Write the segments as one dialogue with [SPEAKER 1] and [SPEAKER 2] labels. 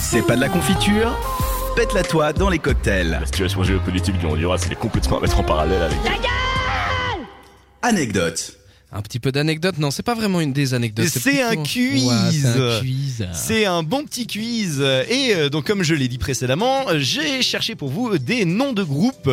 [SPEAKER 1] C'est pas de la confiture Pète-la toi dans les cocktails.
[SPEAKER 2] La situation géopolitique du Honduras, elle est complètement à mettre en parallèle avec.
[SPEAKER 1] Anecdote.
[SPEAKER 3] Un petit peu d'anecdote, non, c'est pas vraiment une des anecdotes.
[SPEAKER 4] C'est un
[SPEAKER 3] plutôt-
[SPEAKER 4] quiz.
[SPEAKER 3] Ouais, c'est un quiz.
[SPEAKER 4] C'est un bon petit quiz. Et euh, donc, comme je l'ai dit précédemment, euh, j'ai cherché pour vous des noms de groupes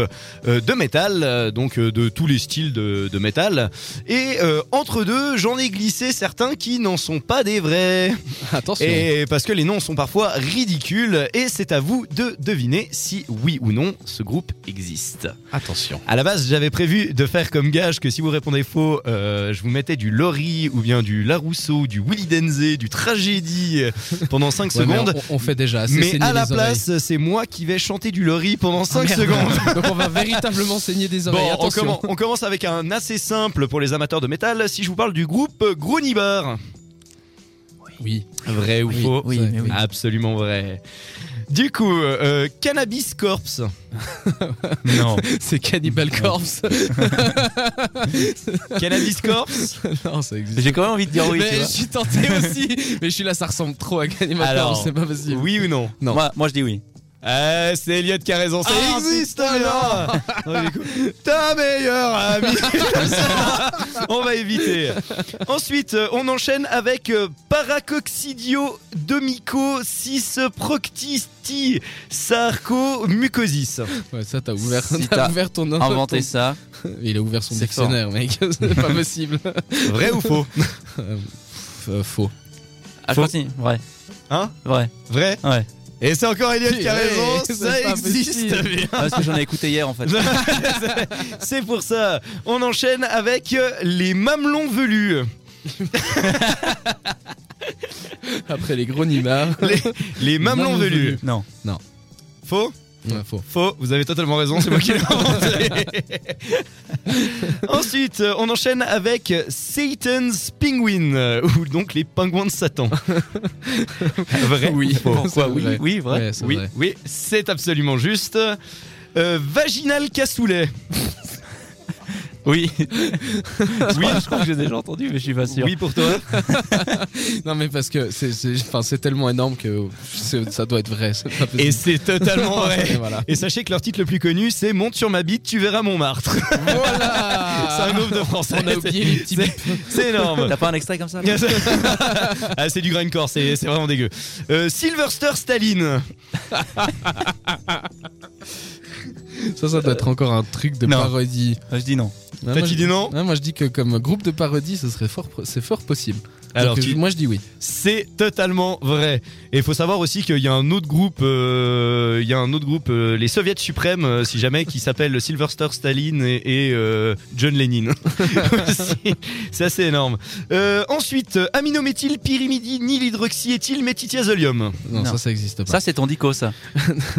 [SPEAKER 4] euh, de métal, euh, donc euh, de tous les styles de, de métal. Et euh, entre deux, j'en ai glissé certains qui n'en sont pas des vrais.
[SPEAKER 3] Attention.
[SPEAKER 4] Et parce que les noms sont parfois ridicules. Et c'est à vous de deviner si oui ou non ce groupe existe.
[SPEAKER 3] Attention.
[SPEAKER 4] À la base, j'avais prévu de faire comme gage que si vous répondez faux, euh, je vous mettais du Laurie ou bien du Larousseau, du Willy Denze, du Tragédie euh, pendant 5
[SPEAKER 3] Ouais, mais
[SPEAKER 4] secondes.
[SPEAKER 3] on, on fait déjà. assez
[SPEAKER 4] Mais
[SPEAKER 3] saigner
[SPEAKER 4] à la
[SPEAKER 3] les oreilles. Ah,
[SPEAKER 4] place, c'est moi qui vais chanter du Laurie pendant 5
[SPEAKER 3] Merde.
[SPEAKER 4] secondes.
[SPEAKER 3] Donc on va véritablement saigner des
[SPEAKER 4] Bon,
[SPEAKER 3] oreilles.
[SPEAKER 4] on,
[SPEAKER 3] Attention.
[SPEAKER 4] commence, on commence avec un assez simple pour les amateurs de métal. Si je vous parle du groupe Grunibar.
[SPEAKER 3] Oui.
[SPEAKER 4] Vrai ou
[SPEAKER 5] Oui,
[SPEAKER 4] faux
[SPEAKER 5] oui, mais oui.
[SPEAKER 4] Absolument vrai. Du coup, euh, Cannabis Corpse. non.
[SPEAKER 3] C'est Cannibal Corpse.
[SPEAKER 4] Cannabis Corpse
[SPEAKER 3] non, ça existe.
[SPEAKER 5] J'ai quand même envie de dire oui. tu
[SPEAKER 3] mais
[SPEAKER 5] vois.
[SPEAKER 3] je suis tenté aussi. Mais je suis là, ça ressemble trop à Cannibal
[SPEAKER 4] Alors,
[SPEAKER 3] Corpse. C'est pas possible.
[SPEAKER 4] Oui ou non
[SPEAKER 3] non.
[SPEAKER 5] Moi, moi, je dis oui.
[SPEAKER 4] Eh, c'est Elliot Carrezan, ça
[SPEAKER 3] Ah,
[SPEAKER 4] existe
[SPEAKER 3] putain,
[SPEAKER 4] mais non. Ouais, du coup, Ta meilleure amie On va éviter. Ensuite, euh, on enchaîne avec euh, Paracoxidio domico cis proctisti sarco mucosis.
[SPEAKER 3] Ouais, ça, t'as ouvert,
[SPEAKER 5] Si
[SPEAKER 3] t'as
[SPEAKER 5] t'as
[SPEAKER 3] ouvert ton
[SPEAKER 5] Inventer
[SPEAKER 3] ton-
[SPEAKER 5] ça.
[SPEAKER 3] Il a ouvert son
[SPEAKER 5] C'est
[SPEAKER 3] dictionnaire, mec. C'est pas possible.
[SPEAKER 4] Vrai ou faux
[SPEAKER 3] Euh, faux.
[SPEAKER 5] Ah, je
[SPEAKER 4] Faux.
[SPEAKER 5] continue. Vrai.
[SPEAKER 4] Hein
[SPEAKER 5] Vrai.
[SPEAKER 4] Vrai
[SPEAKER 5] Ouais.
[SPEAKER 4] Et c'est encore Elliot
[SPEAKER 3] Purée,
[SPEAKER 4] Carrezan,
[SPEAKER 3] c'est
[SPEAKER 4] ça
[SPEAKER 3] pas
[SPEAKER 4] existe.
[SPEAKER 3] possible.
[SPEAKER 4] mais-
[SPEAKER 5] Ah, Parce que j'en ai écouté hier en fait.
[SPEAKER 4] c'est pour ça. On enchaîne avec euh, les mamelons velus.
[SPEAKER 3] Après les gros nibards.
[SPEAKER 4] Les, les mamelons
[SPEAKER 3] mamelons
[SPEAKER 4] velus.
[SPEAKER 3] velus.
[SPEAKER 5] Non.
[SPEAKER 4] Faux
[SPEAKER 3] Ouais, faux.
[SPEAKER 4] Faux, vous avez totalement raison, c'est moi qui l'ai inventé. Ensuite, euh, on enchaîne avec Satan's Penguin, euh, ou donc les pingouins de Satan. vrai
[SPEAKER 3] Oui.
[SPEAKER 4] ou faux
[SPEAKER 3] C'est
[SPEAKER 5] Quoi, oui,
[SPEAKER 3] vrai.
[SPEAKER 5] oui, vrai.
[SPEAKER 3] Ouais, c'est
[SPEAKER 4] Oui,
[SPEAKER 3] vrai.
[SPEAKER 4] oui, c'est absolument juste. Euh, vaginal cassoulet.
[SPEAKER 5] Oui. oui, je crois que j'ai déjà entendu, mais je suis pas sûr.
[SPEAKER 4] Oui pour toi.
[SPEAKER 3] Non, mais parce que c'est- c'est enfin, c'est tellement énorme que c'est- ça doit être vrai. c'est pas possible.
[SPEAKER 4] Et c'est totalement
[SPEAKER 3] Et
[SPEAKER 4] vrai.
[SPEAKER 3] voilà.
[SPEAKER 4] Et sachez que leur titre le plus connu, c'est Monte sur ma bite, tu verras Montmartre.
[SPEAKER 3] voilà
[SPEAKER 4] c'est un groupe de français.
[SPEAKER 3] Ah. On a oublié les petits
[SPEAKER 4] C'est-
[SPEAKER 3] bips.
[SPEAKER 4] C'est énorme.
[SPEAKER 5] T'as pas un extrait comme ça là
[SPEAKER 4] ah, c'est du grindcore, c'est c'est vraiment dégueu. Euh, Silverster Staline.
[SPEAKER 3] Ça, ça doit être encore un truc de
[SPEAKER 5] Non.
[SPEAKER 3] parodie.
[SPEAKER 5] Ah, Je dis non.
[SPEAKER 3] Non,
[SPEAKER 4] Toi,
[SPEAKER 3] moi,
[SPEAKER 4] tu
[SPEAKER 3] je-
[SPEAKER 4] dis non
[SPEAKER 3] non, moi je dis que comme groupe de parodie, ce serait fort, pro- c'est fort possible.
[SPEAKER 4] Alors,
[SPEAKER 3] Alors
[SPEAKER 4] tu-
[SPEAKER 3] moi je dis oui.
[SPEAKER 4] C'est totalement vrai. Et il faut savoir aussi qu'il y a un autre groupe, euh, il y a un autre groupe, euh, les Soviets suprêmes, euh, si jamais, qui s'appelle Silverster Staline et, et, euh, John Lennon. Aussi. c'est assez énorme. Euh, ensuite, euh, aminométhyl pyrimidine nilhydroxyéthyl méthithiazolium.
[SPEAKER 3] Non,
[SPEAKER 5] Non.
[SPEAKER 3] ça ça existe pas.
[SPEAKER 5] Ça, c'est ton dico, ça.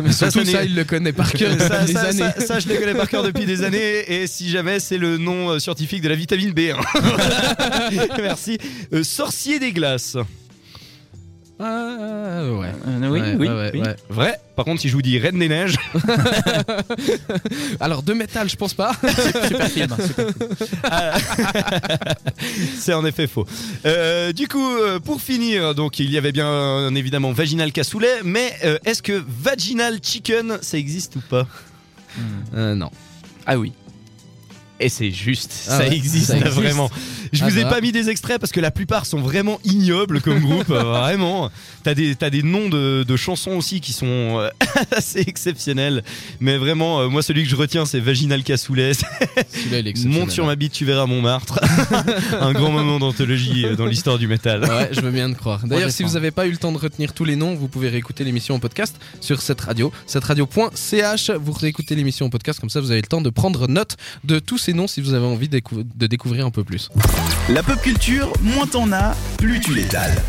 [SPEAKER 3] Mais
[SPEAKER 4] ça,
[SPEAKER 3] surtout
[SPEAKER 4] ça
[SPEAKER 3] ça,
[SPEAKER 4] n'est-
[SPEAKER 3] il le connaît par cœur depuis
[SPEAKER 4] Ça,
[SPEAKER 3] des
[SPEAKER 4] ça-
[SPEAKER 3] années.
[SPEAKER 4] ça- ça, je les connais par cœur depuis des années. Et si jamais, c'est le nom euh, scientifique de la vitamine B. hein. Merci. Euh, sorcier des glaces.
[SPEAKER 3] Ah, ouais.
[SPEAKER 5] Euh, oui,
[SPEAKER 3] Ouais,
[SPEAKER 5] oui.
[SPEAKER 3] ouais, ouais,
[SPEAKER 5] oui.
[SPEAKER 3] ouais.
[SPEAKER 4] Vrai. Par contre, si je vous dis Reine des Neiges.
[SPEAKER 3] Alors de métal, je pense pas.
[SPEAKER 5] Super film. hein, super.
[SPEAKER 4] C'est en effet faux. Euh, du coup, euh, pour finir, donc il y avait bien euh, évidemment vaginal cassoulet, mais euh, est-ce que vaginal chicken ça existe ou pas
[SPEAKER 5] Hmm.
[SPEAKER 3] Euh, non.
[SPEAKER 5] Ah oui.
[SPEAKER 4] Et c'est juste,
[SPEAKER 3] Ah
[SPEAKER 4] ça,
[SPEAKER 3] ouais,
[SPEAKER 4] existe,
[SPEAKER 3] ça existe.
[SPEAKER 4] vraiment. Je
[SPEAKER 3] Ah
[SPEAKER 4] vous ai
[SPEAKER 3] bah.
[SPEAKER 4] pas mis des extraits parce que la plupart sont vraiment ignobles comme groupe, euh, vraiment. T'as des t'as des noms de, de chansons aussi qui sont euh, assez exceptionnels, mais vraiment, euh, moi celui que je retiens c'est vaginal cassoulet.
[SPEAKER 3] Celui-là il est exceptionnel.
[SPEAKER 4] Monte sur ma bite, tu verras Montmartre. Un grand moment d'anthologie euh, dans l'histoire du métal.
[SPEAKER 3] Ouais, je veux bien te croire. D'ailleurs,
[SPEAKER 5] j'ai
[SPEAKER 3] si
[SPEAKER 5] faim.
[SPEAKER 3] vous n'avez pas eu le temps de retenir tous les noms, vous pouvez réécouter l'émission en podcast sur cette radio, cette radio.ch. Vous réécoutez l'émission en podcast, comme ça vous avez le temps de prendre note de tous ces noms si vous avez envie d'écou- de découvrir un peu plus.
[SPEAKER 1] La pop culture, moins t'en as, plus tu l'étales.